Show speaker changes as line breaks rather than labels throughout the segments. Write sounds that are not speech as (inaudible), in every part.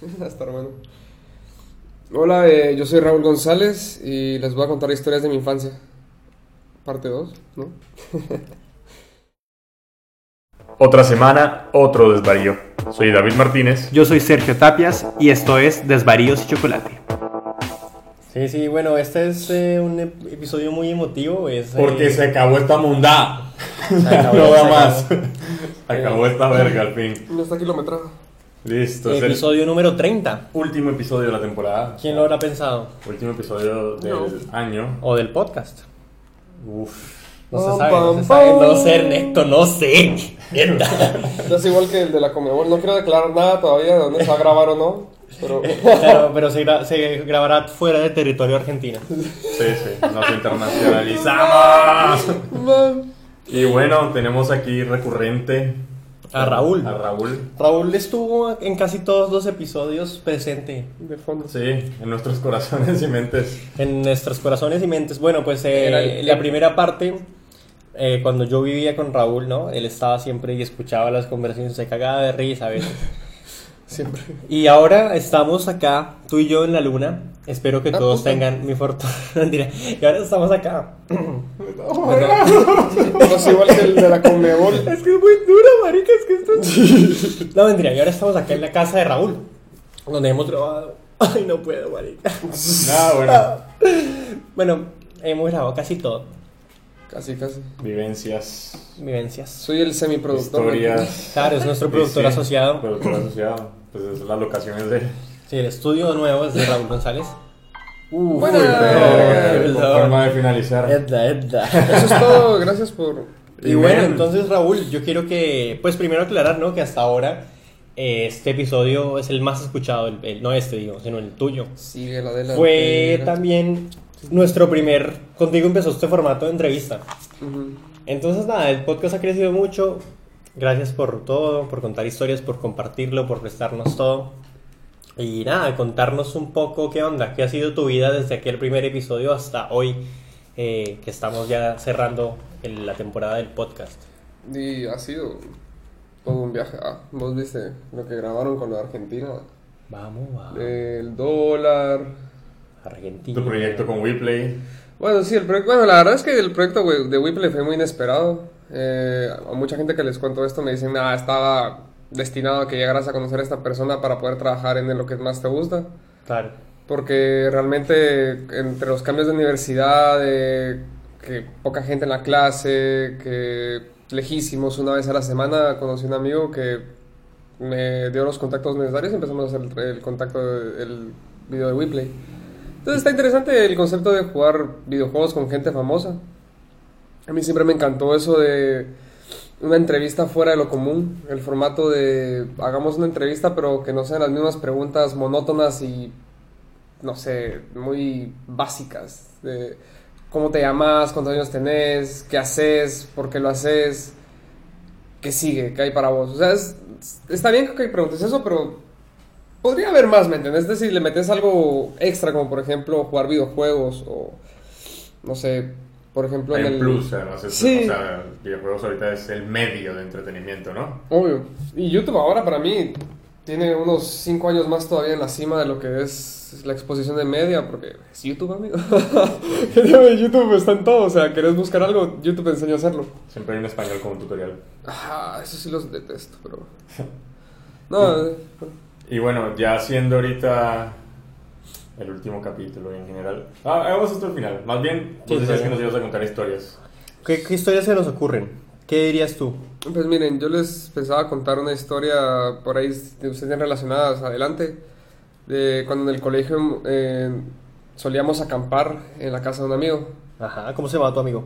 (laughs) Hasta hermano. Hola, eh, yo soy Raúl González y les voy a contar historias de mi infancia. Parte 2, ¿no?
Otra semana, otro desvarío. Soy David Martínez.
Yo soy Sergio Tapias y esto es Desvaríos y Chocolate.
Sí, sí, bueno, este es eh, un ep- episodio muy emotivo. Es,
Porque
eh,
se acabó esta mundá. (laughs)
se acabó,
no
se
da
acabó.
más. acabó esta verga al fin.
No está kilometrada.
Listo. Es el
episodio número 30.
último episodio de la temporada.
¿Quién lo habrá pensado?
Último episodio del año.
O del podcast.
Uf.
No se
Pam,
sabe, no
pam,
se sabe.
pam.
No sé, Ernesto, no sé. Neta.
Es igual que el de la Comebol. No quiero declarar nada todavía de dónde se va a grabar o no. Pero
Claro, pero se, gra- se grabará fuera del territorio argentino.
Sí, sí. Nos internacionalizamos. y bueno, tenemos aquí recurrente
A Raúl.
A Raúl.
Raúl estuvo en casi todos los episodios presente
de fondo.
Sí, en nuestros corazones y mentes.
en nuestros corazones y mentes. Bueno, pues eh,
Era el-
la primera parte, eh, cuando yo vivía con Raúl, ¿no? Él estaba siempre y escuchaba las conversaciones, se cagaba de risa a veces.
Siempre.
Y ahora estamos acá, tú y yo en la luna. Espero que
Ah,
todos
puta.
tengan mi fortuna. (laughs) Mentira. Y ahora estamos acá.
Oh, No es igual que el de la Comebol.
Es que es muy duro, marica, es que esto...
(laughs)
No, mentira, y ahora estamos acá en la casa de Raúl, donde hemos grabado... (laughs) Ay, no puedo, marica.
Nada, bueno.
Ah. Bueno, hemos grabado casi todo.
Casi, casi.
Vivencias.
Vivencias.
Soy el semiproductor.
Historias.
Claro, es nuestro productor
Sí, sí,
asociado.
Productor asociado. Pues es las locaciones de.
Sí, el estudio nuevo es de Raúl González.
Uh,
Bueno,
perdón.
forma de finalizar.
Edda, edda.
Eso es todo. Gracias por.
Y bueno, entonces Raúl, yo quiero que, pues primero aclarar, ¿no? Que hasta ahora eh, este episodio es el más escuchado, el, el- no este, digo, sino el tuyo.
Sigue la de la.
Fue también nuestro primer, contigo empezó este formato de entrevista. Entonces nada, el podcast ha crecido mucho. Gracias por todo, por contar historias, por compartirlo, por prestarnos todo. Y nada, contarnos un poco qué onda, qué ha sido tu vida desde aquel primer episodio hasta hoy, eh, que estamos ya cerrando el- la temporada del podcast.
Y ha sido todo un viaje. Ah, vos viste lo que grabaron con la Argentina.
Vamos, vamos.
El dólar.
Argentina.
Tu proyecto con WePlay.
Bueno, sí, el proyecto, bueno, la verdad es que el proyecto güey, de Whipple fue muy inesperado. Eh, a mucha gente que les cuento esto me dicen, ah, estaba destinado a que llegaras a conocer a esta persona para poder trabajar en lo que más te gusta.
Claro.
Porque realmente entre los cambios de universidad, de que poca gente en la clase, que lejísimos una vez a la semana, conocí un amigo que me dio los contactos necesarios y empezamos a hacer el, el contacto, de- el video de WePlay. Entonces está interesante el concepto de jugar videojuegos con gente famosa. A mí siempre me encantó eso de una entrevista fuera de lo común, el formato de hagamos una entrevista pero que no sean las mismas preguntas monótonas y no sé, muy básicas. De cómo te llamas, cuántos años tenés, qué haces, por qué lo haces, qué sigue, qué hay para vos. O sea, es- está bien que preguntes eso, pero podría haber más, ¿me entendés? Es decir, le metes algo extra, como por ejemplo jugar videojuegos o, no sé, por ejemplo...
Hay
en
un
el-
plus, además. es-
Sí.
O sea, videojuegos ahorita es el medio de entretenimiento, ¿no?
Obvio. Y YouTube ahora para mí tiene unos 5 años más todavía en la cima de lo que es la exposición de media, porque es YouTube, amigo. (laughs) El tema de YouTube está en todo, o sea, querés buscar algo, YouTube te enseña a hacerlo.
Siempre hay un español con un tutorial.
Ah, eso sí los detesto, pero... No, eh,
Y bueno, ya haciendo ahorita el último capítulo en general. Ah, hagamos esto al final. Más bien,
Sí,
tú decías
sí.
que nos ibas a contar historias.
¿Qué, qué historias se nos ocurren? ¿Qué dirías tú?
pues miren, yo les pensaba contar una historia por ahí, si ustedes tienen relacionadas, adelante, de cuando en el colegio eh, solíamos acampar en la casa de un amigo,
Ajá, ¿cómo se llamaba tu amigo?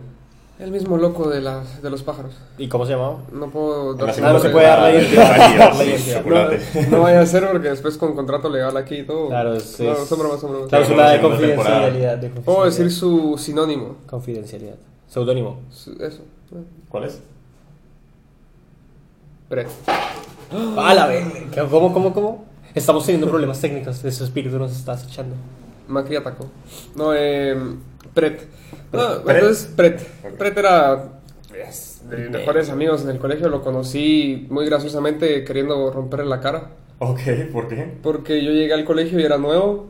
el mismo loco de, las- de los pájaros.
¿Y cómo se llamaba?
No puedo
En la
dar
segunda
no se
nombre.
puede dar
(laughs)
la
temporada de
identidad,
Varías
la
y
identidad.
Chocolate.
No vaya a ser porque después con contrato legal aquí y todo.
Claro, es-
No,
es-
son bromas, son bromas.
Claro.
Cláusula de
Segunda temporada.
confidencialidad. de
Puedo
confidencialidad.
decir su sinónimo.
Confidencialidad. Seudónimo.
Su- Eso.
¿Cuál es?
Pre.
A ¡Ah, la vez. ¿Cómo, cómo, cómo? Estamos teniendo problemas técnicos. Ese espíritu nos está acechando.
Macri atacó. No, eh. Pret. No,
Pret.
entonces Pret. Pret era de mis mejores amigos en el colegio. Lo conocí muy graciosamente queriendo romperle la cara.
Ok, ¿por qué?
Porque yo llegué al colegio y era nuevo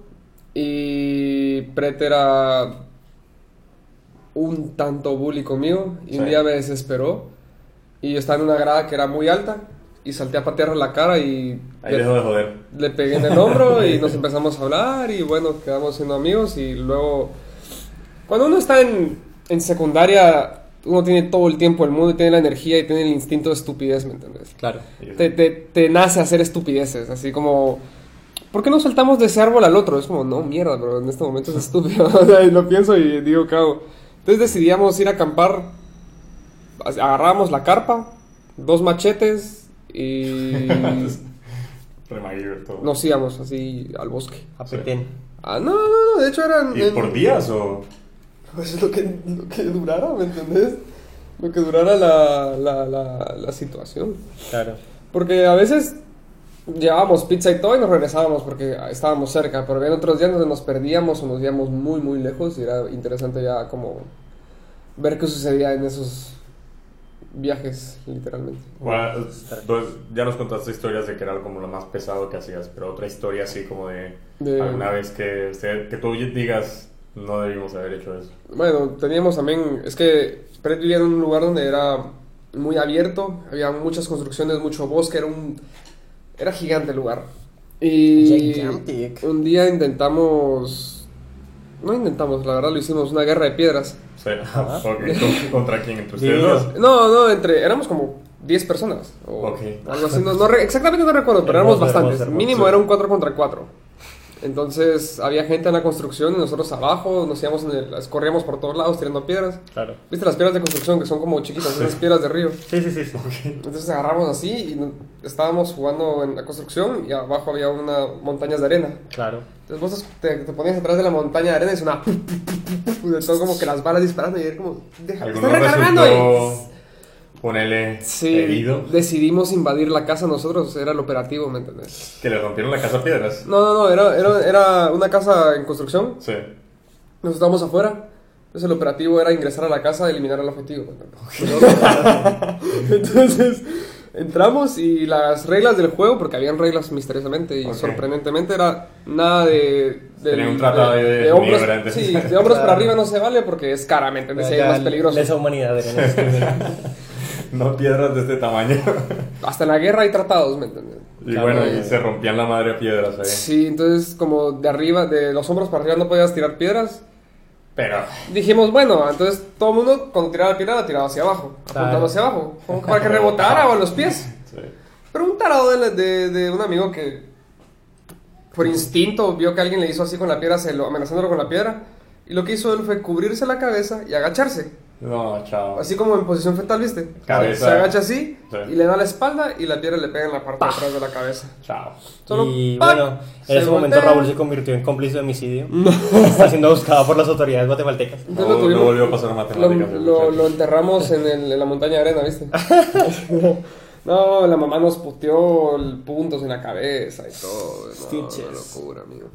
y Prete era un tanto bully conmigo y un
Sí.
día me desesperó y yo estaba en una grada que era muy alta y salté a patearle la cara y
Ahí
le,
dejo de joder.
le pegué en el
(laughs)
hombro y nos empezamos a hablar y bueno, quedamos siendo amigos y luego cuando uno está en, en secundaria uno tiene todo el tiempo del mundo y tiene la energía y tiene el instinto de estupidez, ¿me entendés?
Claro.
te, te, te nace hacer estupideces, así como, ¿por qué no saltamos de ese árbol al otro? Es como, no, mierda, pero en este
(laughs)
momento es estúpido. (laughs) O sea, y lo pienso y digo, cago. Entonces decidíamos ir a acampar, as- agarramos la carpa, dos machetes
(laughs)
y
Remaguir todo.
nos íbamos así al bosque.
A
Sí.
Petén.
Ah, no, no, no, de hecho eran...
¿Y
en-
por días o...?
(laughs) Pues lo que, lo que durara, ¿me entendés? Lo que durara la, la, la, la situación.
Claro.
Porque a veces llevábamos pizza y todo y nos regresábamos porque estábamos cerca, pero había otros días donde nos perdíamos o nos íbamos muy, muy lejos y era interesante ya como ver qué sucedía en esos viajes, literalmente.
Bueno, pues, ya nos contaste historias de que era como lo más pesado que hacías, pero otra historia así como de,
De-
alguna vez que, usted- que tú digas, no debimos haber hecho eso.
Bueno, teníamos también, es que Pret vivía en un lugar donde era muy abierto, había muchas construcciones, mucho bosque, era un era gigante el lugar. Y
Gigantic.
un día intentamos no intentamos, la verdad lo hicimos una guerra de piedras.
O sea, (laughs) ok, ¿con- ¿contra quién? ¿Entre ustedes
Digo.
dos?
No, no, entre. Éramos como 10 personas. O
Ok.
Algo así. No, no re- exactamente no recuerdo, pero éramos
Hermoso, hermoso,
bastantes.
hermoso.
Mínimo
Sí.
era un 4 contra 4. Entonces había gente en la construcción y nosotros abajo. Nos íbamos en el- corríamos por todos lados tirando piedras.
Claro.
¿Viste las piedras de construcción que son como chiquitas? Esas piedras de río.
Sí, sí, sí. sí.
Entonces agarramos así y no- estábamos jugando en la construcción y abajo había una montañas de arena.
Claro.
Entonces vos te, te ponías atrás de la montaña de arena y sonaba. De todo como que las balas disparando y era como. Deja,
Alguno
está recargando. y-
resultó ponerle
Sí,
herido,
decidimos invadir la casa nosotros, era el operativo, ¿me entendés?
que le rompieron la casa a piedras.
No, no, no, era, era, era una casa en construcción,
Sí.
nos estábamos afuera, entonces el operativo era ingresar a la casa y eliminar al objetivo. ¿me entendés? (laughs) entonces entramos y las reglas del juego, porque habían reglas misteriosamente y
Ok.
sorprendentemente era nada de... de
Tenía un tratado de- de
hombros,
libre, entonces.
sí, de hombros para
Claro.
arriba no se vale porque es cara, ¿me entendés? Y ahí es más peligroso.
Esa humanidad (laughs) era
No piedras de este tamaño. (laughs)
Hasta en la guerra hay tratados, ¿me entendés?
Y
Claro,
bueno, y
eh.
se rompían la madre a piedras ¿eh? ahí.
Sí, entonces como de arriba, de los hombros para arriba no podías tirar piedras.
Pero
Dijimos, bueno, entonces todo el mundo cuando tiraba la piedra la tiraba hacia abajo, apuntando
Claro.
hacia abajo, como que para
(laughs)
que rebotara o a los pies.
Sí.
Pero un tarado de, la- de- de un amigo que por instinto vio que alguien le hizo así con la piedra, se lo, amenazándolo con la piedra, y lo que hizo él fue cubrirse la cabeza y agacharse,
No, chao.
así como en posición fetal, ¿viste?
Cabeza.
Se agacha así
Sí.
y le da la espalda y la piedra le pega en la parte de atrás de la cabeza.
Chao.
Solo,
Y
¡pac!
bueno,
Se
en ese momento
voltea.
Raúl se convirtió en cómplice de homicidio. Está siendo buscado por las autoridades guatemaltecas.
No,
lo tuvimos-
no volvió a pasar a
Lo,
matemáticas. el
lo-
muchacho.
lo enterramos en, el- en la montaña de arena,
(laughs)
¿viste? (laughs) No, la mamá nos puteó el- puntos en la cabeza y todo. No, una
Stitches.
locura, amigo.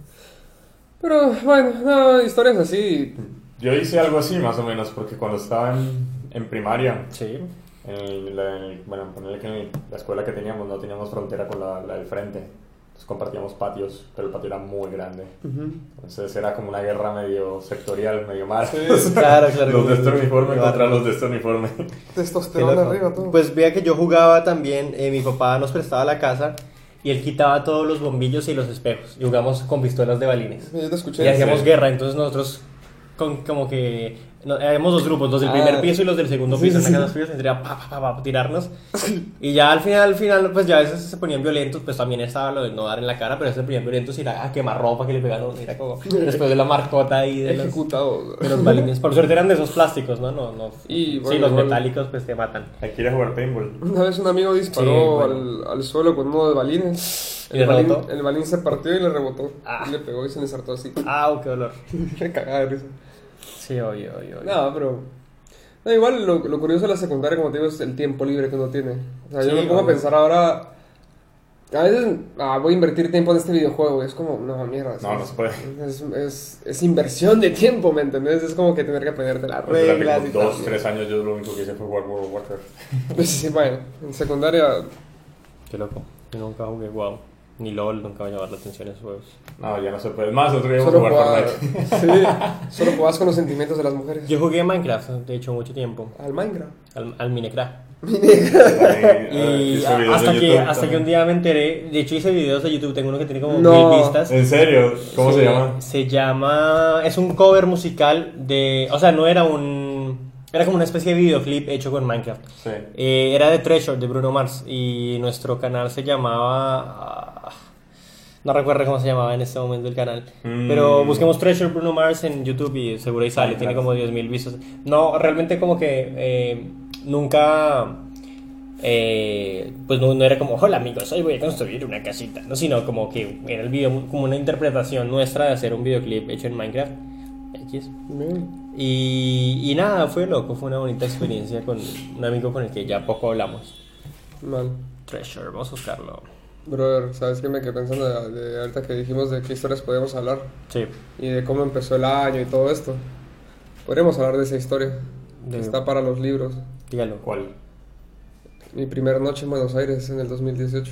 Pero bueno, no, historias así.
Yo hice algo así más o menos, porque cuando estaba en, en primaria,
Sí.
en el- la, en el- bueno, ponerle que en el- la escuela que teníamos no teníamos frontera con la, la del frente. Entonces compartíamos patios, pero el patio era muy grande. Entonces era como una guerra medio sectorial, medio mala.
claro,
(laughs)
claro.
Los de este uniforme
Claro.
contra los de este uniforme.
Testosterona
Qué loco.
arriba, todo.
Pues vea que yo jugaba también, eh, mi papá nos prestaba la casa y él quitaba todos los bombillos y los espejos y jugamos con pistolas de balines.
yo te escuché.
Y hacíamos
sí.
guerra, entonces nosotros con, como que no, éramos dos grupos, los del
Ah.
primer piso y los del segundo
Sí,
piso,
sí,
en la casa de los pisos, sería pa, pa, pa, pa, tirarnos. Y ya al final, al final, pues ya a veces se ponían violentos, pues también estaba lo de no dar en la cara, pero se ponían violentos y era a quemar ropa que le pegaron, era como después de la marcota y de los,
Ejecutado.
de los balines. Por suerte eran de esos plásticos, ¿no? no, no
Y,
sí,
bueno,
los
igual-
metálicos pues te matan.
Hay que ir a jugar paintball.
(laughs) Una vez un amigo disparó
Sí,
al, al suelo con uno de balines.
¿Y
El
le
balín,
rebotó?
el balín se partió y le rebotó.
Ah.
Y le pegó y se le ensartó así. (laughs)
Ah, qué dolor.
Me cagaba de risa.
Sí, oye, oye, oye.
No, pero. No, igual lo, lo curioso de la secundaria, como te digo, es el tiempo libre que uno tiene. O sea, yo
Sí,
me pongo a
obvio.
pensar ahora. A veces ah, voy a invertir tiempo en este videojuego. y Es como, no, mierda. es-
No, no se puede.
Es, es, es inversión de tiempo, ¿me entendés? Es como que tener que aprenderte las
Desde hace
reglas
como
y tal.
Pues
Pues
dos, tres años yo lo único que hice fue jugar World of Warcraft.
Sí, bueno, en secundaria
Qué loco. Yo nunca jugué, wow. Ni LOL nunca va a llamar la atención esos juegos.
No, ya no se puede más, nosotros íbamos a
Solo
jugar
jugabas, (laughs)
Fortnite. (laughs)
sí, solo jugabas con los sentimientos de las mujeres.
Yo jugué Minecraft, de hecho, mucho tiempo.
Al Minecraft.
Al, al Minecraft.
Ahí,
Y
ah, hizo videos
hasta
en
que,
YouTube
hasta que
también.
un día me enteré. De hecho, hice videos de YouTube. Tengo uno que tiene como
No.
mil vistas.
¿En serio? Eh, ¿Cómo se llama?
Se llama. Es un cover musical de. O sea, no era un. Era como una especie de videoclip hecho con Minecraft.
Sí.
Eh, era de Treasure, de Bruno Mars. Y nuestro canal se llamaba. ah, No recuerdo cómo se llamaba en este momento el canal.
Mm.
Pero busquemos Treasure Bruno Mars en YouTube y seguro ahí sale. Tiene
Minecraft.
como 10.000 vistas. No, realmente como que eh, nunca. eh, pues no, no era como, hola amigos, hoy voy a construir una casita. No, sino como que era el video, como una interpretación nuestra de hacer un videoclip hecho en Minecraft. X. Y, y nada, fue loco, fue una bonita experiencia con un amigo con el que ya poco hablamos.
Mal.
Treasure, vamos a buscarlo.
Brother, ¿sabes qué me quedé pensando de, de ahorita que dijimos de qué historias podemos hablar?
Sí.
Y de cómo empezó el año y todo esto. Podríamos hablar de esa historia.
De-
Que está para los libros.
Dígalo.
¿Cuál?
Mi primera noche en Buenos Aires en el 2018.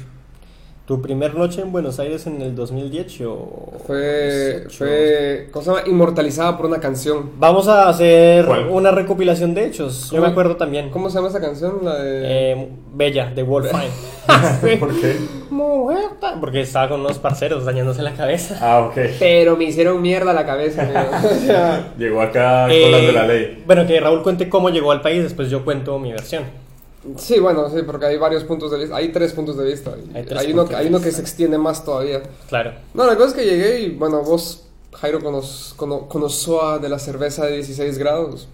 ¿Tu primer noche en Buenos Aires en el 2018?
Fue, fue ¿cómo se llama? inmortalizada por una canción.
Vamos a hacer
¿Cuál?
una recopilación de hechos. Yo me
¿Cómo-
acuerdo también.
¿Cómo se llama esa canción? La de...
Eh, Bella, de Wolfine.
(laughs)
¿Por
(laughs)
qué?
Mujer, ta- porque estaba con unos parceros dañándose la cabeza.
Ah, ok. (laughs)
Pero me hicieron mierda la cabeza. amigo. (laughs) O sea,
Llegó acá Ah,
Eh,
con las de la ley.
Bueno, que Raúl cuente cómo llegó al país, después yo cuento mi versión.
sí, bueno, sí, porque hay varios puntos de vista. Hay tres puntos de vista.
Hay
Hay,
tres
uno,
puntos de
hay uno que
vista.
se extiende más todavía.
Claro.
No, la cosa es que llegué y, bueno, vos, Jairo, conoz, cono- conozoa de la cerveza de 16 grados.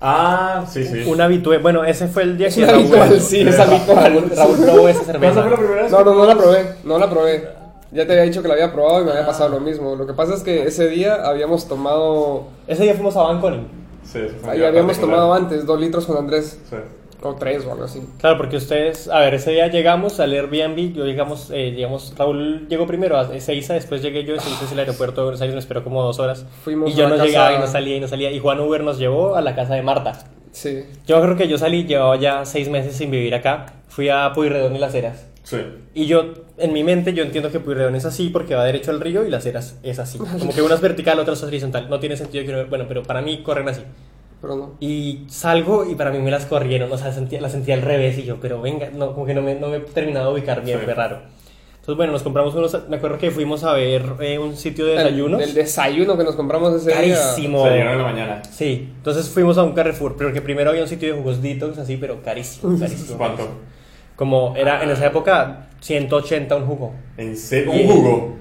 Ah, sí, sí.
Un habitué. Bueno, ese fue el día
Es
que
un
Raúl,
habitual, sí, es habitual.
Raúl, Raúl probó esa cerveza.
¿Cuándo fue la primera vez?
No, no, no la probé, no la probé. Ya te había dicho que la había probado y me había pasado lo mismo. Lo que pasa es que ese día habíamos tomado...
Ese día fuimos a Banconi.
Sí, eso
Ah,
fue un
Y
día
habíamos
particular.
tomado antes dos litros con Andrés.
Sí.
O tres o algo así.
Claro, porque ustedes, a ver, ese día llegamos al Airbnb, yo llegamos, eh, digamos, Raúl llegó primero a Seiza, después llegué yo, Seiza es el aeropuerto de Buenos Aires, me esperó como dos horas.
Fuimos
y
a
yo
la
no
casa-
llegaba y no salía y no salía, y Juan Uber nos llevó a la casa de Marta.
Sí.
Yo creo que yo salí, llevaba ya seis meses sin vivir acá, fui a Puyredón y Las Heras.
Sí.
Y yo, en mi mente, yo entiendo que Puyredón es así porque va derecho al río y Las Heras es así. Como que una es vertical, otra es horizontal, no tiene sentido que uno- bueno, pero para mí corren así.
Pero no.
Y salgo y para mí me las corrieron, o sea, sentía, las sentía al revés y yo, pero venga, no, como que no me, no me he terminado de ubicar bien,
Sí.
fue raro. Entonces, bueno, nos compramos unos, me acuerdo que fuimos a ver eh, un sitio de desayunos.
El, el desayuno que nos compramos ese día.
carísimo.
Se dieron en la mañana.
Sí, entonces fuimos a un Carrefour, pero que primero había un sitio de jugos detox así, pero carísimo, carísimo.
¿Cuánto?
Como era en esa época 180 un jugo.
¿En serio?
Y-
¿Un jugo?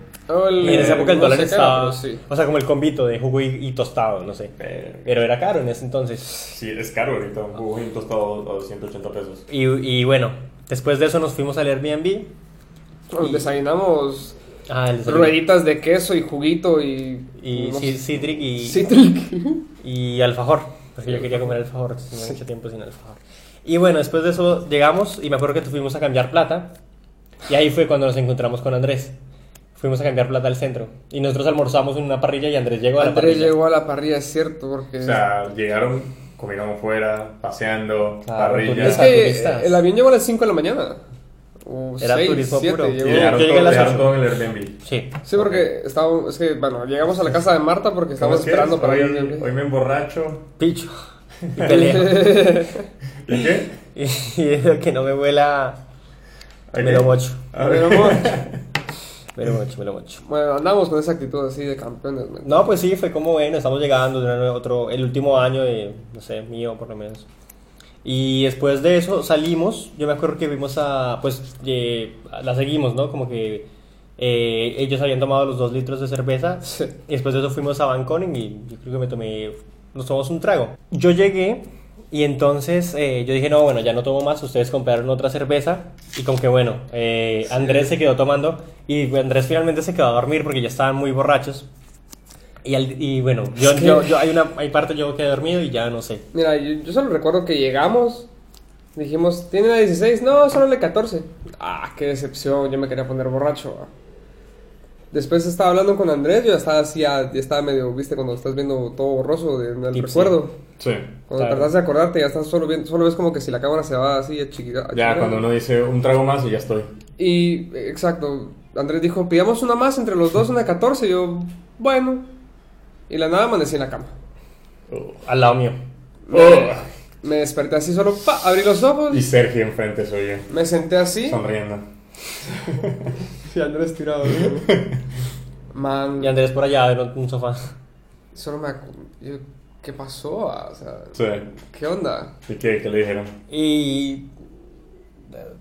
El-
Y en esa época el
no
dólar
sé qué era,
estaba,
pero sí.
o sea, como el combito de jugo y, y tostado, no sé.
Pero-
Pero era caro en ese entonces.
Sí, es caro ahorita. Un jugo y un tostado a 180 pesos.
Y, y bueno, después de eso nos fuimos al Airbnb.
Bueno, Desayunamos
Ah, el desayuno.
rueditas de queso y juguito y.
Y
no
sí,
sé,
Citric y,
Citric.
y alfajor. Porque yo quería comer alfajor, entonces tenía mucho tiempo sin alfajor. Y bueno, después de eso llegamos y me acuerdo que tú fuimos a cambiar plata. Y ahí fue cuando nos encontramos con Andrés. Fuimos a cambiar plata al centro. Y nosotros almorzamos en una parrilla y Andrés llegó a la
Andrés
parrilla.
llegó a la parrilla, es cierto, porque.
O sea, llegaron, comieron fuera, paseando,
Claro,
parrilla.
es
turista.
que
turistas.
el avión llegó a las 5 de la mañana. O
Era
seis,
turismo
siete,
puro.
Y
llegó-
Llegaron,
Yo llegué a
todo,
las
dejaron
ocho.
todo en el Airbnb.
Sí.
Sí, porque estábamos. Es que, bueno, llegamos a la casa de Marta porque estábamos
¿Cómo es que
esperando
es?
para ir.
hoy,
(laughs)
hoy me emborracho.
Picho. Y pelea.
¿Y qué?
(laughs) y, y que no me vuela.
¿A
Me
qué?
lo mocho.
A ver.
Pero, amor,
Me lo mocho, me lo mocho.
Bueno, andamos con esa actitud así de campeones, man.
No, pues sí, fue como bueno, estamos llegando de una- otro, el último año de, no sé, mío por lo menos. Y después de eso salimos, yo me acuerdo que vimos a, pues eh, la seguimos, ¿no? Como que eh, ellos habían tomado los dos litros de cerveza (laughs)
Sí.
y después de eso fuimos a Van Coning y yo creo que me tomé, nos tomamos un trago. Yo llegué y entonces eh, yo dije, no, bueno, ya no tomo más, ustedes compraron otra cerveza y como que bueno, eh, Andrés se quedó tomando y Andrés finalmente se quedó a dormir porque ya estaban muy borrachos. Y, al- y bueno, yo,
Es que-
yo, yo- hay una hay parte yo quedé dormido y ya no sé.
Mira, yo, yo solo recuerdo que llegamos. Dijimos, ¿tiene la 16? No, solo la 14. Ah, qué decepción, yo me quería poner borracho. ah. Después estaba hablando con Andrés, yo ya estaba así, ah, ya estaba medio, viste, cuando estás viendo todo borroso de- del
Tipsy.
recuerdo.
(laughs) Sí.
Cuando
Claro.
tratas de acordarte, ya estás solo viendo, solo ves como que si la cámara se va así, a chiquita.
Ya cuando uno dice un trago más y ya estoy.
Y, eh, exacto, Andrés dijo, pidamos una más entre los dos, una de 14. Yo, bueno. Y la nada amanecí en la cama.
Oh, al lado mío.
Me, me desperté así solo, pa, abrí los ojos.
Oh. Uh. Y Sergio enfrente soy yo,
Me senté así.
sonriendo.
Sí, Andrés tirado. ¿no? Man,
(laughs) Y Andrés por allá en un sofá.
solo me... acu- yo, ¿Qué pasó? ah? O sea,
Sí.
¿qué onda?
¿Y qué, qué le dijeron?
Y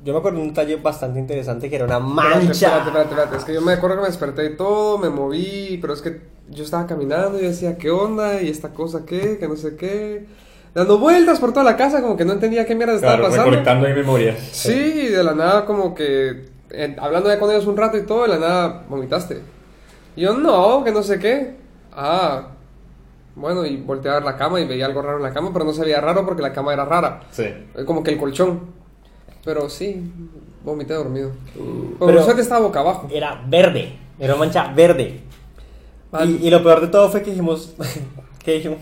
yo me acuerdo de un detalle bastante interesante que era una
Espérate,
mancha.
Espérate, espérate, espérate. Es que yo me acuerdo que me desperté y todo, me moví, pero es que yo estaba caminando y yo decía, ¿qué onda? ¿Y esta cosa qué? Que no sé qué. Dando vueltas por toda la casa, como que no entendía qué mierda estaba
Claro,
pasando.
recortando ahí memorias.
Sí, y de la nada como que eh, hablando ya con ellos un rato y todo, de la nada vomitaste. Y yo no, que no sé qué. Ah, bueno, y volteé a ver la cama y veía algo raro en la cama, pero no se veía raro porque la cama era rara.
Sí.
Eh, Como que el colchón. Pero sí, vomité dormido. Pero
Mm, Pero-
por suerte estaba boca abajo.
Era verde. Era una mancha verde.
Mal.
Y, y lo peor de todo fue que dijimos. (laughs) que dijimos?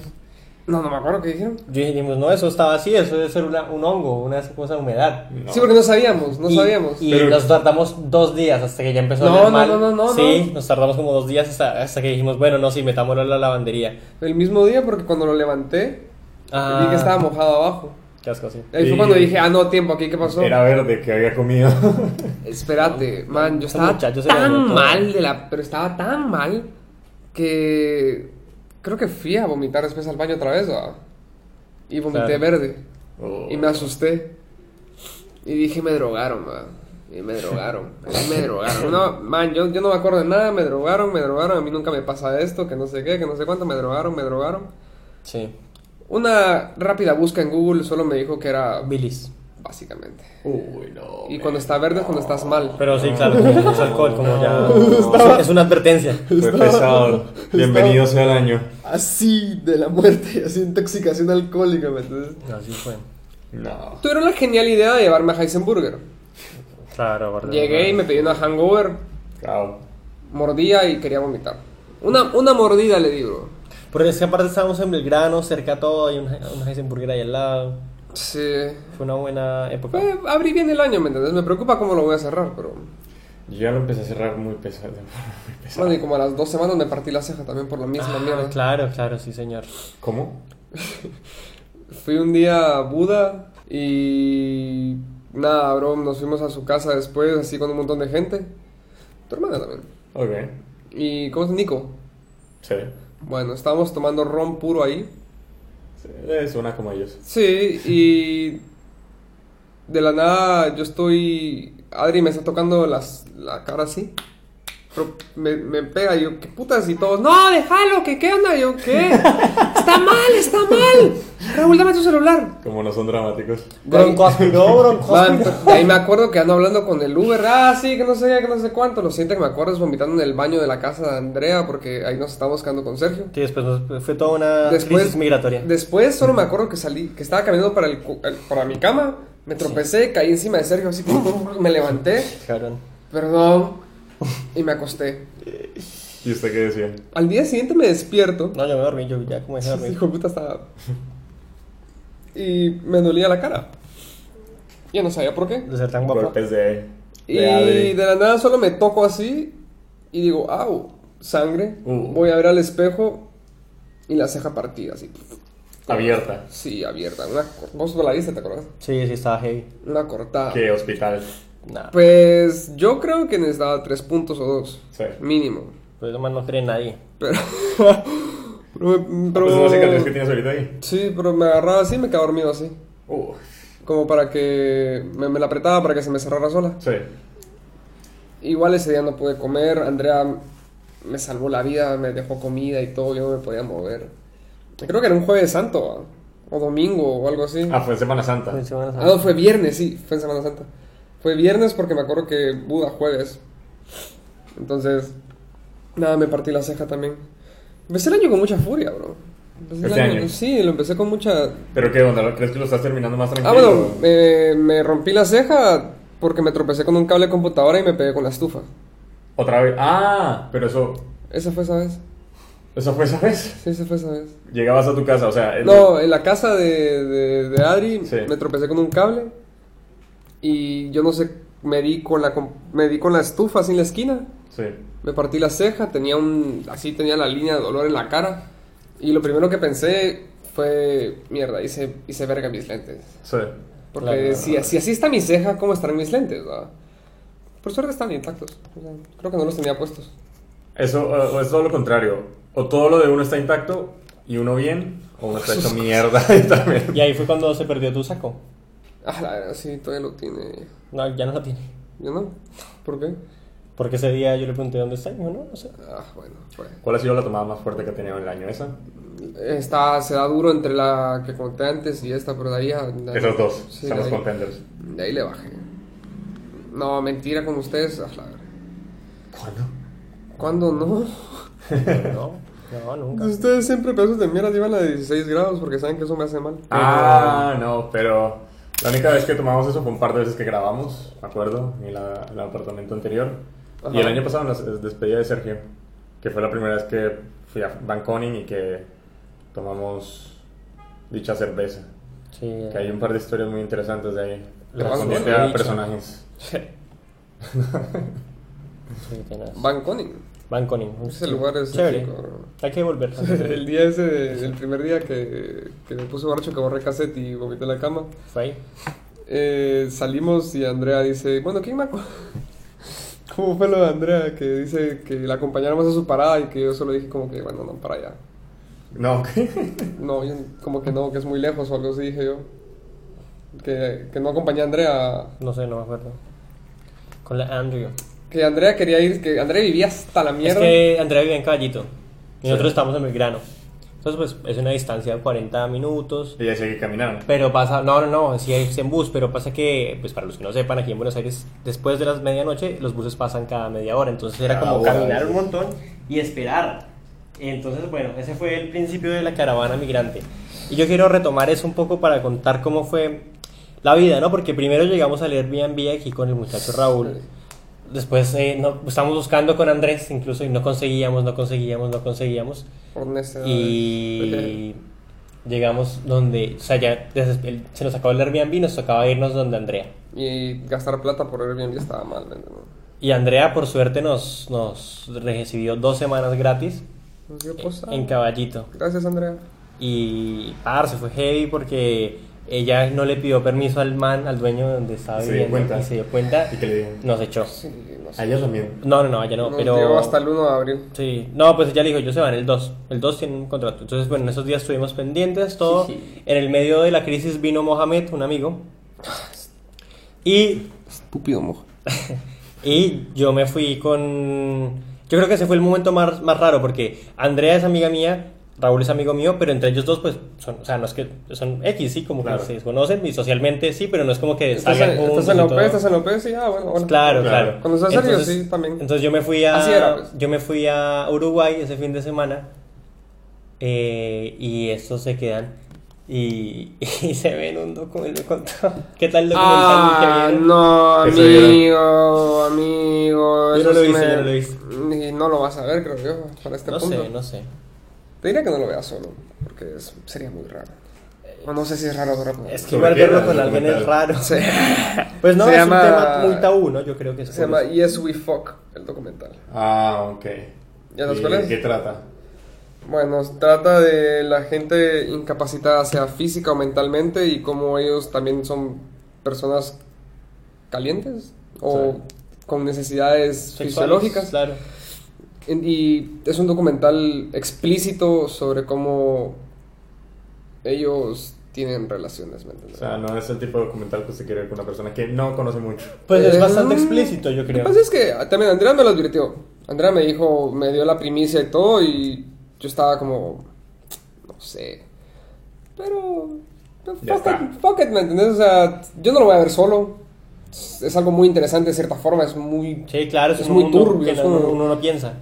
No, no me acuerdo qué dijeron.
Yo dijimos, no, eso estaba así, eso debe ser una- un hongo, una cosa de humedad.
No.
Sí, porque no sabíamos, no
Y-
sabíamos.
Y
Pero-
nos tardamos dos días hasta que ya empezó
No,
a
no,
oler mal.
no, no, no,
Sí,
no.
nos tardamos como dos días hasta, hasta que dijimos, bueno, no, sí, metámoslo a la lavandería.
El mismo día, porque cuando lo levanté, vi que estaba mojado abajo.
Qué asco, Ah. sí.
Ahí fue
Y-
cuando dije, ah, no, tiempo aquí, ¿qué pasó?
Era verde que había comido. (laughs)
Espérate, man, yo
Ese
estaba
muchacho se dañó
tan
todo.
mal de la, pero estaba tan mal que creo que fui a vomitar después al baño otra vez, ¿va? Y vomité
Claro.
verde
Oh.
y me asusté y dije me drogaron, man. Y me drogaron, a mí
(laughs)
me drogaron. No, man, yo, yo no me acuerdo de nada, me drogaron, me drogaron, a mí nunca me pasa esto, que no sé qué, que no sé cuánto, me drogaron, me drogaron.
Sí.
Una rápida busca en Google solo me dijo que era
Bilis.
básicamente.
Uy, no.
Y
man.
cuando está verde es cuando estás mal.
Pero sí, claro, como es alcohol, como (laughs) ya. Es una advertencia.
Fue pesado. Bienvenido sea el año.
así de la muerte, (laughs) así intoxicación alcohólica, ¿me entiendes?
Así fue.
No.
Tuvieron la genial idea de llevarme a Heisenburger.
Claro, guarda-
Llegué y me pedí una hangover,
Chao.
mordía y quería vomitar. Una, una mordida le digo.
Pero es que aparte estábamos en Belgrano, cerca todo, hay un, un Heisenburger ahí al lado.
Sí.
Fue una buena época.
Fue- abrí bien el año, ¿me entiendes? Me preocupa cómo lo voy a cerrar, pero...
Yo ya lo empecé a cerrar muy pesado. (laughs) Muy pesado.
Bueno, y como a las dos semanas me partí la ceja también por la misma
Ah,
mierda.
claro, claro, sí, señor.
¿Cómo?
Fui un día a Buda y... Nada, bro, nos fuimos a su casa después, así con un montón de gente. Tu hermana también.
Ok.
¿Y cómo es Nico?
Sí.
Bueno, estábamos tomando ron puro ahí.
Sí, eh, Suena como ellos.
Sí, y de la nada yo estoy... Adri me está tocando las, la cara así. Pero me, me pega y yo, ¿qué putas? Y todos, no, déjalo, que qué onda, Y yo, ¿qué? Está mal, está mal. Raúl, dame tu celular.
Como no son dramáticos.
Bronco aspiró, bronco
(laughs) Man,
aspiró.
de ahí me acuerdo que ando hablando con el Uber, ah, sí, que no sé qué, que no sé cuánto. Lo siento que me acuerdo es vomitando en el baño de la casa de Andrea porque ahí nos estábamos quedando con Sergio.
Sí, después nos- fue toda una
Después,
crisis migratoria.
después solo me acuerdo que salí, que estaba caminando para, el, cu- el- para mi cama, me tropecé, caí encima de Sergio, así, pum, pum, pum, me levanté,
Cabrón.
perdón, y me acosté.
¿Y usted qué decía?
Al día siguiente me despierto,
No, yo me dormí, yo ya comencé a (laughs) dormir.
hijo de puta estaba... Y me dolía la cara. Ya no sabía por qué.
De ser tan guapo.
Golpes de.
Y
de Adri.
de la nada solo me toco así y digo, au, sangre,
Uh.
voy a ver al espejo y la ceja partida, así,
Abierta.
sí, abierta. Una, cor- vos la viste, ¿te acuerdas?
Sí, sí, estaba heavy.
Una cortada.
¿Qué hospital?
Nah, pues,
Pues yo creo que necesitaba tres puntos o dos.
Sí.
Mínimo.
nomás no cree en nadie.
Pero. pero, pero-
Pues es la cicatriz que tienes ahorita ahí.
sí, pero me agarraba así y me quedaba dormido así.
Uh,
Como para que. Me, me la apretaba para que se me cerrara sola.
sí.
Igual ese día no pude comer. Andrea me salvó la vida, me dejó comida y todo. Yo no me podía mover. Creo que era un jueves santo. O domingo o algo así.
Ah, fue en Semana Santa.
Fue en Semana
Ah,
Santa.
no, fue viernes, sí, fue en Semana Santa. Fue viernes porque me acuerdo que Buda jueves. Entonces, nada, me partí la ceja también. Empecé el año con mucha furia, bro. Empecé el
¿Este año?
Sí, lo empecé con mucha...
¿Pero qué onda? ¿Crees que lo estás terminando más
Ah,
tranquilo?
bueno, eh, me rompí la ceja porque me tropecé con un cable de computadora y me pegué con la estufa.
Otra vez. Ah, pero eso.
Esa fue esa vez.
Eso fue esa vez.
Sí, esa fue esa vez.
Llegabas a tu casa, o sea. el-
No, en la casa de, de, de Adri
Sí.
me tropecé con un cable y yo no sé, me di con la, com- me di con la estufa así en la esquina.
Sí.
Me partí la ceja, tenía un, así tenía la línea de dolor en la cara. Y lo primero que pensé fue, mierda, hice, hice verga mis lentes.
Sí.
Porque
Claro.
si, si así está mi ceja, ¿cómo estarán mis lentes? verdad? Por suerte están intactos. O sea, creo que no los tenía puestos.
Eso o- o es todo lo contrario. O todo lo de uno está intacto y uno bien, o
(laughs)
uno está hecho mierda (laughs) y también.
Y ahí fue cuando se perdió tu saco.
Ah, la verdad, sí, todavía lo tiene.
No, ya no lo tiene.
Yo no. ¿Por qué?
Porque ese día yo le pregunté dónde está y me dijo, no, no sé.
Ah, bueno, fue.
¿Cuál ha sido la tomada más fuerte que ha tenido en el año esa?
Esta se da duro entre la que conté antes y esta, pero de ahí a. de ahí-
Esos dos
sí,
son
de
los
ahí-
contenders.
De ahí le bajé. No, mentira con ustedes. ah, la verdad.
¿Cuándo?
¿Cuándo no?
No, no, nunca.
Ustedes siempre pedazos de mierda llevan a 16 grados porque saben que eso me hace mal.
Ah, no, pero la única vez que tomamos eso fue un par de veces que grabamos, me acuerdo, en, la- en el apartamento anterior. Y el
Ajá.
año pasado en la s- despedida de Sergio, que fue la primera vez que fui a Banconing y que tomamos dicha cerveza.
Sí,
Que hay un par de historias muy interesantes de ahí.
Las
Respondiente
he
a
dicho.
personajes.
sí, tenaz.
Banconing.
Banconing.
Ese lugar es
Chévere.
rico, bro.
Hay que volver.
(laughs) El día ese, de- el primer día que, que me puse borracho, que borré cassette y vomité en la cama,
Fue ahí.
eh, salimos y Andrea dice, bueno, ¿quién me acu- (laughs) ¿Cómo fue lo de Andrea? Que dice que la acompañáramos a su parada y que yo solo dije como que, bueno, no, para allá.
No, (laughs) ¿qué?
No, yo como que no, que es muy lejos o algo así, dije yo. Que, que no acompañé a Andrea.
No sé, no me acuerdo. Con la Andrew.
Que Andrea quería ir, que Andrea vivía hasta la
Es
mierda.
que Andrea vive en Caballito. Y
Sí.
nosotros estamos en Belgrano. Entonces, pues, es una distancia de 40 minutos.
Y ya seguí caminando.
Pero pasa, no, no, no, sí es en bus, pero pasa que, pues para los que no sepan, aquí en Buenos Aires, después de las medianoche, los buses pasan cada media hora, entonces era
Cada
como
hora,
caminar
sí.
un montón y esperar. Entonces, bueno, ese fue el principio de la caravana migrante. Y yo quiero retomar eso un poco para contar cómo fue la vida, ¿no? Porque primero llegamos al Airbnb aquí con el muchacho Raúl. Después eh, no, estábamos buscando con Andrés incluso y no conseguíamos, no conseguíamos, no conseguíamos.
Por necesidades.
Y llegamos donde, o sea, ya des- el- se nos acabó el Airbnb, nos tocaba irnos donde Andrea.
(laughs) Y gastar plata por Airbnb estaba mal, ¿me entiendes?
Y Andrea, por suerte, nos, nos recibió dos semanas gratis
Pues yo, pues, ah,
en caballito.
Gracias, Andrea.
Y, parce, fue heavy porque ella no le pidió permiso al man, al dueño donde estaba
Se dio
viviendo,
cuenta.
y se dio cuenta,
¿Y qué le digo?
nos echó.
Sí, no sé.
A ellos también.
No, no, no, allá no,
Nos
pero...
dio hasta el 1 de abril.
Sí, no, pues ella le dijo, yo se van el 2. El 2 tiene un contrato. Entonces, bueno, en esos días estuvimos pendientes, todo. En el medio de la crisis vino Mohamed, un amigo. Y,
Estúpido, mojo.
y yo me fui con... Yo creo que ese fue el momento más, más raro porque Andrea es amiga mía, Raúl es amigo mío, pero entre ellos dos, pues, son, o sea, no es que son X, sí, como
Claro.
que se desconocen y socialmente sí, pero no es como que
Estás,
salgan
en-
juntos
estás en
y
la
todo.
UP, estás en la UP, sí, ah, bueno, hola.
Claro.
Claro, claro.
Cuando sea serio, sí, también.
Entonces yo me fui a
Así era, pues.
yo me fui a Uruguay ese fin de semana eh, y estos se quedan y, (laughs) y se ven un documento. ¿Qué tal el documental
Ah,
que vieron?
no,
Eso
amigo, amigo.
Yo
eso
no lo
sí
vi,
me-
yo no lo
Y no lo vas a ver, creo yo, para este
No
punto.
sé, no sé.
Te diría que no lo veas solo, porque es- sería muy raro. O no sé si es raro, raro.
Es que
Sobre
igual
qué
verlo
era el
con alguien es
documental.
raro.
Sí.
Pues no,
Se
es
llama-
un tema muy tabú, ¿no? Yo creo que es
Se
por
llama
eso.
Yes We Fuck, el documental.
Ah, ok.
¿Ya sabes
¿Y
cuál es?
¿Qué trata?
Bueno, trata de la gente incapacitada, sea física o mentalmente, y cómo ellos también son personas calientes o con necesidades
Sexuales,
fisiológicas.
Claro.
En- Y es un documental explícito sobre cómo ellos tienen relaciones, ¿me
O
entiendes?
sea, no es el tipo de documental que usted quiere ver con una persona que no conoce mucho.
Pues
Eh,
es bastante explícito, yo
Lo que
creo.
pasa es que ah, también Andrea me lo advirtió. Andrea me dijo, me dio la primicia y todo, y yo estaba como, no sé. Pero, pero
Ya
fuck
está.
it, fuck it, ¿me entiendes? O sea, yo no lo voy a ver solo. Es, es algo muy interesante de cierta forma, es muy...
Sí, claro, es,
Es
un
muy
mundo
turbio,
que
es
no-
un-
uno no piensa.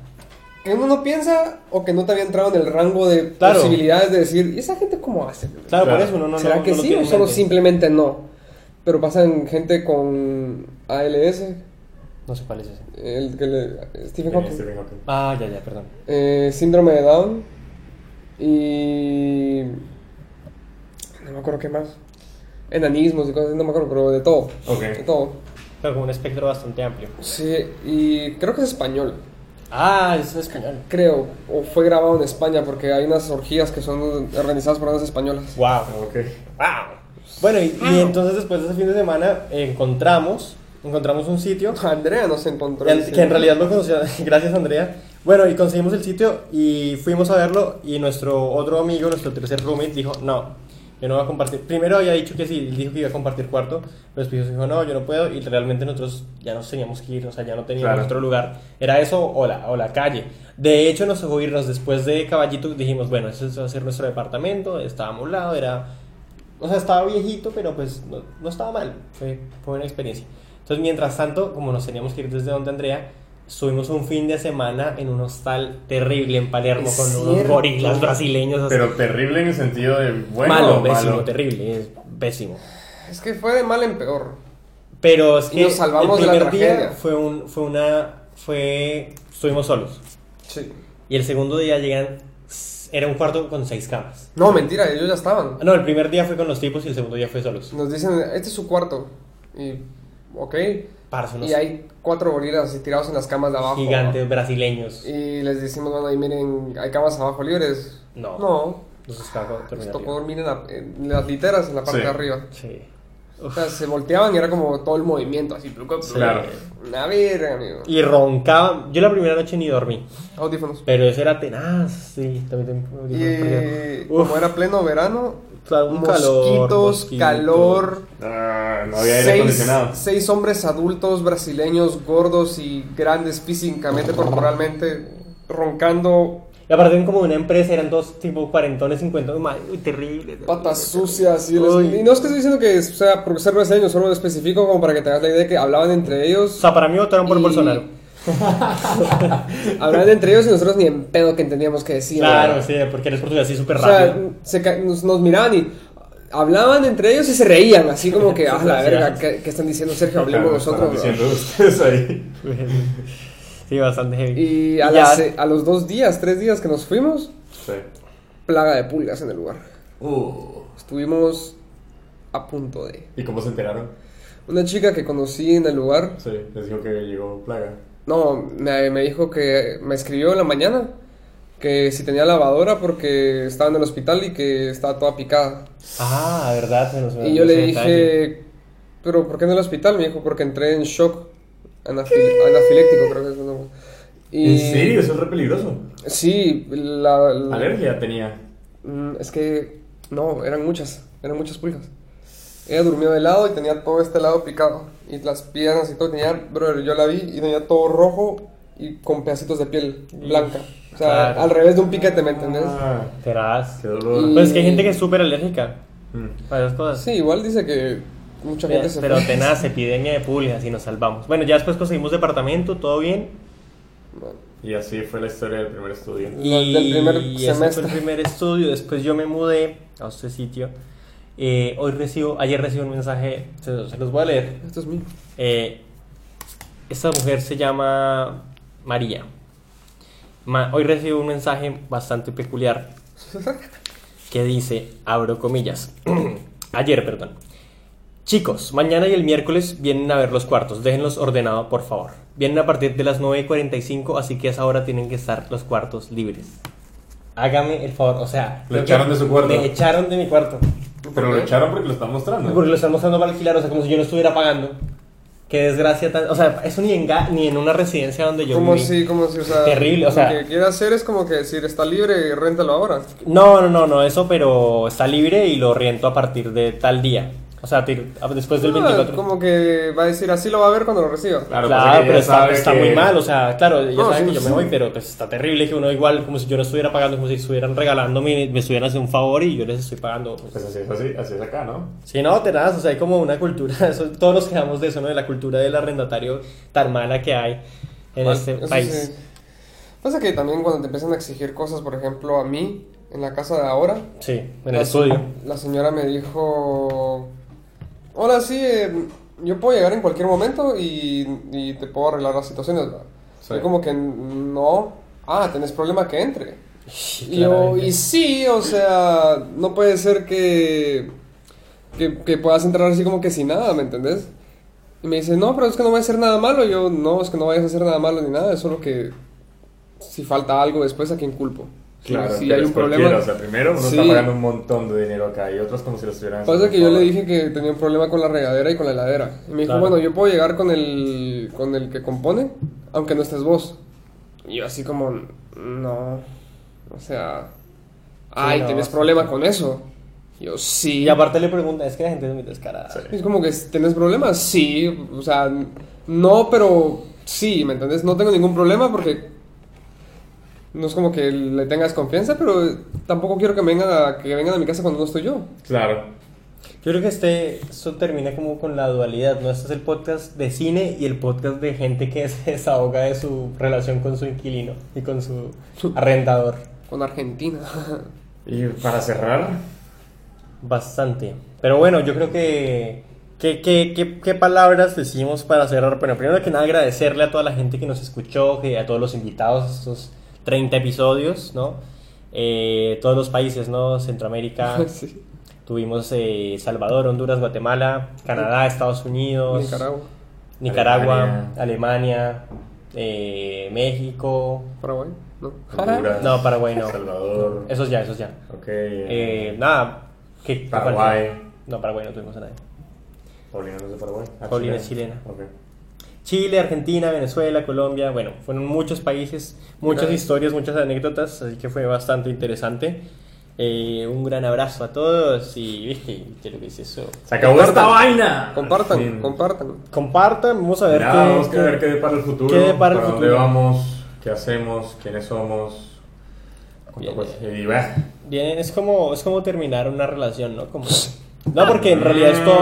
Que uno no piensa o que no te había entrado en el rango de
Claro.
posibilidades de decir, ¿y esa gente cómo hace?
Claro,
Claro.
por eso uno no
¿Será
no-
que
no lo
sí
tiene
o
en
solo
mente.
simplemente no? Pero pasan gente con ALS,
No sé cuál es ese.
el que le,
Este,
Stephen
Eh,
Hawking,
Stephen Hawking.
Ah, ya, ya, perdón.
eh, síndrome de Down y no me acuerdo qué más, enanismos y cosas, así, no me acuerdo, pero de todo,
Ok.
de todo.
Pero con un espectro bastante amplio.
Sí, y creo que es español.
Ah, es español.
Creo, o fue grabado en España porque hay unas orgías que son organizadas por unas españolas.
Wow.
Ah, Ok.
Wow. Bueno, y, y entonces después de ese fin de semana encontramos, encontramos un sitio
Andrea nos encontró.
en-
dice.
que en realidad no conocía. (laughs) Gracias, Andrea. Bueno, y conseguimos el sitio y fuimos a verlo y nuestro otro amigo, nuestro tercer roommate, dijo, no, yo no voy a compartir. Primero había dicho que sí, él dijo que iba a compartir cuarto, pero después dijo, no, yo no puedo y realmente nosotros ya nos teníamos que ir, o sea, ya no teníamos
Claro.
otro lugar. Era eso o la, o la calle. De hecho, nos tocó irnos después de Caballito, dijimos, bueno, ese va a ser nuestro departamento, estaba amoblado, era... O sea, estaba viejito, pero pues no, no estaba mal. Fue, fue una experiencia. Entonces, mientras tanto, como nos teníamos que ir desde donde Andrea, estuvimos un fin de semana en un hostal terrible en Palermo
Es
con unos
cierto.
gorilas brasileños. así.
Pero terrible en el sentido de bueno
malo,
o
pésimo,
malo.
terrible, es pésimo.
Es que fue de mal en peor.
Pero es que
Nos salvamos de
el
la
primer día
tragedia.
fue, un, fue una... Fue, estuvimos solos.
Sí.
Y el segundo día llegan... Era un cuarto con seis camas.
No, mentira, ellos ya estaban.
No, el primer día fue con los tipos y el segundo día fue solos.
Nos dicen, este es su cuarto. Y, ok.
Parce, unos
Y hay cuatro gorilas así tirados en las camas de abajo.
gigantes brasileños.
Y les decimos, bueno, ahí miren, hay camas abajo libres.
No.
No.
Nos escapó
Les
terminar.
tocó dormir en, la- en las literas en la parte
Sí.
de arriba.
Sí.
O sea, se volteaban y era como todo el movimiento, así. pluc, pluc.
Claro.
Una verga, amigo.
Y roncaba. Yo la primera noche ni dormí.
Audífonos.
Pero eso era tenaz. Sí, también tengo
Y
audífonos, porque-
como era pleno verano,
O sea, un calor,
mosquitos,
mosquitos.
calor.
Ah, no había aire
seis,
acondicionado.
seis hombres adultos brasileños gordos y grandes físicamente, corporalmente, roncando,
Y aparte, como una empresa, eran dos tipo cuarentones, cincuentones. ma- Uy, terrible.
patas sucias. Y, les-
Uy.
y no es que estoy diciendo que sea por ser brasileño, solo lo especifico como para que tengas la idea de que hablaban entre
O (laughs)
ellos.
sea, para mí votaron por
Y-
Bolsonaro.
hablaban entre ellos y nosotros ni en pedo que entendíamos que decían.
Claro, sí, porque eres portugués así súper
O sea,
rápido. (laughs)
se ca- nos, nos miraban y hablaban entre ellos y se reían, así como
(laughs)
que, ah, la verga, ¿qué, qué están diciendo Sergio? Hablemos
Claro,
nosotros.
están
bro".
diciendo ustedes ahí.
sí, bastante heavy.
Y a,
ya-
las- eh, a los dos días, tres días que nos fuimos,
Sí.
plaga de pulgas en el lugar.
Uh,
Estuvimos a punto de...
¿Y cómo se enteraron?
Una chica que conocí en el lugar,
Sí, les digo que llegó plaga.
no, me, me dijo que me escribió en la mañana que si tenía lavadora porque estaba en el hospital y que estaba toda picada.
Ah, verdad. se nos-
Y yo le
ese detalle.
dije, pero ¿por qué en el hospital? Me dijo, porque entré en shock anafil- anafiléctico, creo que es el nombre. Y-
¿En serio? Eso es re peligroso.
Sí, la, la-
Alergia tenía.
Mm, Es que no, eran muchas, eran muchas pulgas. Ella durmió de lado y tenía todo este lado picado. Y las piernas y todo. Tenía, brother, yo la vi y tenía todo rojo y con pedacitos de piel blanca. O sea,
Claro.
al revés de un piquete, ¿me entendés?
Ah,
Tenaz.
qué dolor.
Y-
Pues es que hay gente que es súper alérgica
Mm.
a esas cosas.
Sí, igual dice que mucha gente se
Pero
fue. (laughs)
tenaz, epidemia de pulgas y nos salvamos. Bueno, ya después conseguimos departamento, todo bien.
Y así fue la historia del primer estudio.
Y
Del primer
ese fue
semestre.
el (laughs) primer estudio. Después yo me mudé a este sitio. Eh, hoy recibo, ayer recibo un mensaje, se, los- se los voy a leer.
Esto es mío.
Eh, esta mujer se llama María. Ma- hoy recibo un mensaje bastante peculiar que dice, abro comillas, (clears throat) ayer, perdón. Chicos, mañana y el miércoles vienen a ver los cuartos, déjenlos ordenado por favor. Vienen a partir de las 9.45, así que a esa hora tienen que estar los cuartos libres. Hágame el favor, o sea...
Lo
creo
echaron
que
de su cuarto.
Me echaron de mi cuarto.
Pero lo echaron porque lo están mostrando.
Porque lo están mostrando para alquilar, o sea, como si yo no estuviera pagando. Qué desgracia tan... O sea, eso ni en, ga- ni en una residencia donde yo
Como
viví.
si, como si, o sea.
Terrible, o sea-
Lo que quiere hacer es como que decir, está libre y réntalo ahora.
No, no, no, no, eso, pero está libre y lo riento a partir de tal día. O sea, tir- después del
Ah,
24.
Como que va a decir, así lo va a ver cuando lo reciba.
Claro, pasa
Claro,
que
pero
ella
está,
sabe
está
que-
muy mal, o sea, claro, ellos
No,
saben
sí,
que yo me
sí.
voy, pero pues está terrible que uno igual, como si yo no estuviera pagando, como si estuvieran regalándome, me estuvieran haciendo un favor y yo les estoy pagando.
Pues así es, así, así es acá, ¿no?
Sí, no, tenaz, o sea, hay como una cultura, (laughs) eso- todos nos quejamos de eso, ¿no? De la cultura del arrendatario tan mala que hay en
Mal,
este
eso
país.
sí. Pasa que también cuando te empiezan a exigir cosas, por ejemplo, a mí, en la casa de ahora,
Ah, Sí, en el
la,
estudio.
la señora me dijo, hola, sí, eh, yo puedo llegar en cualquier momento y, y te puedo arreglar las situaciones. ¿verdad?".
Sí.
Y como que no, ah, tenés problema que entre.
Sí,
Y, yo,
claramente.
y sí, o sea, no puede ser que, que, que puedas entrar así como que sin nada, ¿me entendés? Y me dice, no, pero es que no voy a hacer nada malo. Y yo, no, es que no vayas a hacer nada malo ni nada, es solo que si falta algo después, ¿a quién culpo?
Claro,
si hay un problema.
O sea, primero uno
Sí.
está pagando un montón de dinero acá y otros como si lo estuvieran
Pasa
haciendo
que yo
por
le dije
favor.
que tenía un problema con la regadera y con la heladera. Y me dijo,
Claro.
bueno, yo puedo llegar con el, con el que compone, aunque no estés vos. Y yo así como, no, o sea, ay,
no,
¿tienes
sí,
problema con eso? Yo, sí.
Y aparte le pregunta, es que la gente es muy descarada.
Sí.
Es como que, ¿tienes problemas? Sí, o sea, no, pero sí, ¿me entendés? No tengo ningún problema porque no es como que le tengas confianza, pero tampoco quiero que vengan a, que vengan a mi casa cuando no estoy yo.
Claro.
Yo creo que este, esto termina como con la dualidad, ¿no? Este es el podcast de cine y el podcast de gente que (laughs) se desahoga de su relación con su inquilino y con su arrendador.
Con Argentina. (laughs)
Y para cerrar,
Bastante. Pero bueno, yo creo que... ¿Qué, qué, qué, qué palabras decimos para cerrar? Bueno, primero que nada agradecerle a toda la gente que nos escuchó, que a todos los invitados, a estos 30 episodios, ¿no? Eh, todos los países, ¿no? Centroamérica, (laughs)
Sí.
tuvimos eh, Salvador, Honduras, Guatemala, Canadá, Estados Unidos,
Nicaragua,
Nicaragua,
Alemania.
Alemania, eh, México.
Paraguay, ¿no?
Honduras,
No, Paraguay no.
El Salvador,
Esos ya, esos ya.
ok,
Eh, nada. ¿qué- qué
Paraguay.
partido? No, Paraguay no tuvimos a nadie.
Paulina no es de Paraguay. Ah,
Paulina es
Ok.
Chile, Argentina, Venezuela, Colombia, bueno, fueron muchos países, muchas
Gran-
historias, muchas anécdotas, así que fue bastante interesante. Eh, un gran abrazo a todos y, viste, ¿qué es lo que es eso?
Se acabó esta vaina.
Compartan,
Al fin.
compartan.
Compartan, vamos a ver
Nada,
qué-
vamos
qué-
a ver qué depara el futuro.
qué depara el
para dónde
futuro.
vamos, qué hacemos, quiénes somos. cuánto
Bien.
cuesta- Y bueno.
Bien, es como, es como terminar una relación, ¿no? Como... No, porque en realidad es como...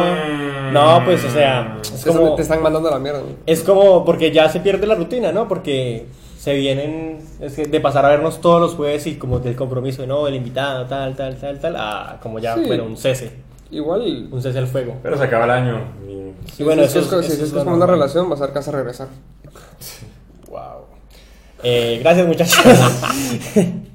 No, pues, o sea, es
Te-
como...
Te están mandando a la mierda. ¿no?
Es como porque ya se pierde la rutina, ¿no? Porque se vienen es que de pasar a vernos todos los jueves y como del compromiso, ¿no? El invitado, tal, tal, tal, tal, a como ya
Sí.
bueno, un cese,
Igual.
un cese al fuego.
Pero se acaba el año. Y...
Y bueno,
si
eso
es,
es,
que- si es
eso es
que es como
lo
una
normal.
relación, vas a ver que vas a regresar. (laughs)
Wow. Eh, gracias muchachos.